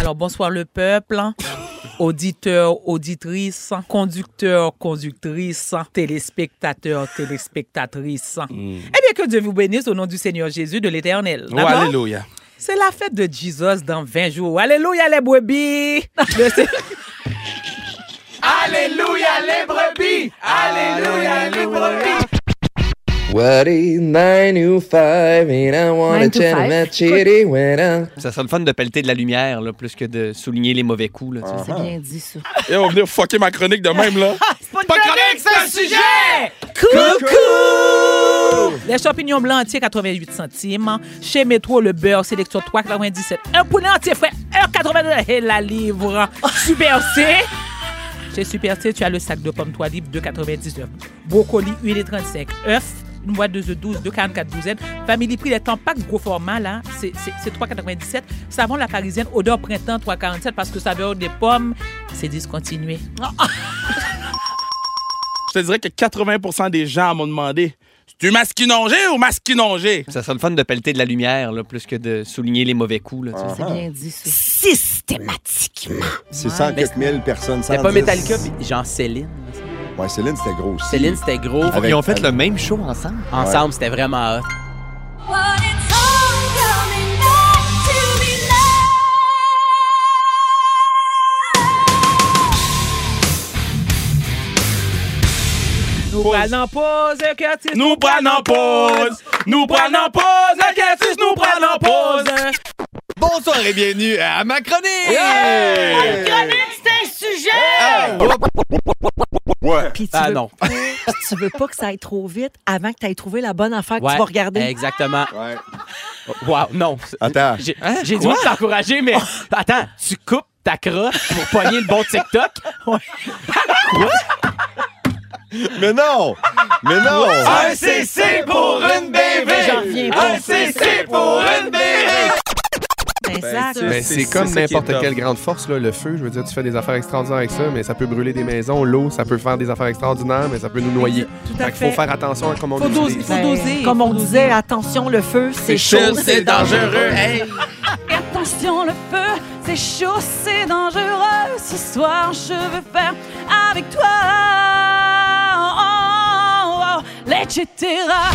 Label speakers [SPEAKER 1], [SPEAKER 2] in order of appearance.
[SPEAKER 1] Alors bonsoir le peuple, auditeurs, auditrices, conducteurs, conductrices, téléspectateurs, téléspectatrices. Eh bien que Dieu vous bénisse au nom du Seigneur Jésus de l'Éternel.
[SPEAKER 2] Mm. Oh,
[SPEAKER 1] D'abord,
[SPEAKER 2] alléluia.
[SPEAKER 1] C'est la fête de Jesus dans 20 jours. Alléluia les brebis. Le Seigneur-
[SPEAKER 2] Alléluia les brebis. Alléluia les brebis.
[SPEAKER 3] What is 9 to 5 and I wanna
[SPEAKER 4] Nine to
[SPEAKER 3] turn
[SPEAKER 4] five.
[SPEAKER 3] my chitty when I...
[SPEAKER 5] Ça serait le fun de pelleter de la lumière, là, plus que de souligner les mauvais coups. Là, tu sais.
[SPEAKER 4] C'est bien dit, ça.
[SPEAKER 2] Et on va venir fucker ma chronique de même, là.
[SPEAKER 1] Pas correct, c'est un sujet! Coucou! Les champignons blancs entiers, 88 centimes. Chez Métro, le beurre, sélection 3,97. Un poulet entier frais, 1,82 et la livre. Super C. Chez Super C, tu as le sac de pommes 3 libres, 2,99. Brocoli, 1,35. Œuf, une boîte de œufs 12, 2,44 douzaine. Family Prix, les temps packs gros format, là, c'est c'est- c'est 3,97. Savon La Parisienne, odeur printemps, 3,47 parce que saveur des pommes, c'est discontinué.
[SPEAKER 2] Je te dirais que 80 des gens m'ont demandé « Tu masquinongé ou masquinongé?
[SPEAKER 5] Ça serait le fun de pelleter de la lumière, là, plus que de souligner les mauvais coups. Là,
[SPEAKER 6] Ah.
[SPEAKER 5] tu sais.
[SPEAKER 4] C'est bien dit, ça.
[SPEAKER 6] Systématiquement.
[SPEAKER 7] C'est 100 quelques mille personnes.
[SPEAKER 6] C'était pas
[SPEAKER 7] 110.
[SPEAKER 6] Metallica, puis genre Céline.
[SPEAKER 7] Ouais, Céline, c'était gros aussi.
[SPEAKER 6] Céline, c'était gros.
[SPEAKER 7] Avec-
[SPEAKER 5] Ils ont fait le même show ensemble.
[SPEAKER 6] Ensemble, c'était vraiment hot.
[SPEAKER 8] But it's all coming back to me
[SPEAKER 1] Nous prenons pause, Curtis.
[SPEAKER 2] Nous prenons pause. Nous prenons pause. Qu'est-ce que nous prenons pause?
[SPEAKER 5] Bonsoir et bienvenue à ma chronique!
[SPEAKER 9] Puis tu,
[SPEAKER 6] Ah
[SPEAKER 9] veux,
[SPEAKER 6] non.
[SPEAKER 9] puis tu veux pas que ça aille trop vite avant que tu aies trouvé la bonne affaire que
[SPEAKER 6] Ouais,
[SPEAKER 9] tu vas regarder.
[SPEAKER 6] Exactement.
[SPEAKER 7] Ouais.
[SPEAKER 6] Wow, non.
[SPEAKER 7] Attends.
[SPEAKER 6] J'ai j'ai dû t'encourager, mais attends, tu coupes ta crotte pour pogner le bon TikTok?
[SPEAKER 7] Mais non! Mais non!
[SPEAKER 2] Un CC pour une BV.
[SPEAKER 9] J'en reviens pas.
[SPEAKER 2] Un CC pour une BV.
[SPEAKER 9] Exact.
[SPEAKER 2] Ben,
[SPEAKER 10] Mais
[SPEAKER 2] C'est-
[SPEAKER 10] c'est
[SPEAKER 2] c'est
[SPEAKER 10] comme
[SPEAKER 2] ça qui
[SPEAKER 10] n'importe
[SPEAKER 2] est top.
[SPEAKER 10] quelle grande force, là, le feu. Je veux dire, tu fais des affaires extraordinaires avec ça, mais ça peut brûler des maisons, l'eau, ça peut faire des affaires extraordinaires, mais ça peut nous noyer.
[SPEAKER 1] Tout à
[SPEAKER 10] Fait qu'il faut
[SPEAKER 1] fait.
[SPEAKER 10] faire attention à comment on
[SPEAKER 1] Faut doser,
[SPEAKER 10] l'utilise.
[SPEAKER 1] faut doser.
[SPEAKER 9] Comme on disait, attention, le feu, c'est chaud, c'est dangereux.
[SPEAKER 8] Attention le feu, c'est chaud, c'est dangereux. Ce soir, je veux faire avec toi. Oh, oh, oh, l'etcetera.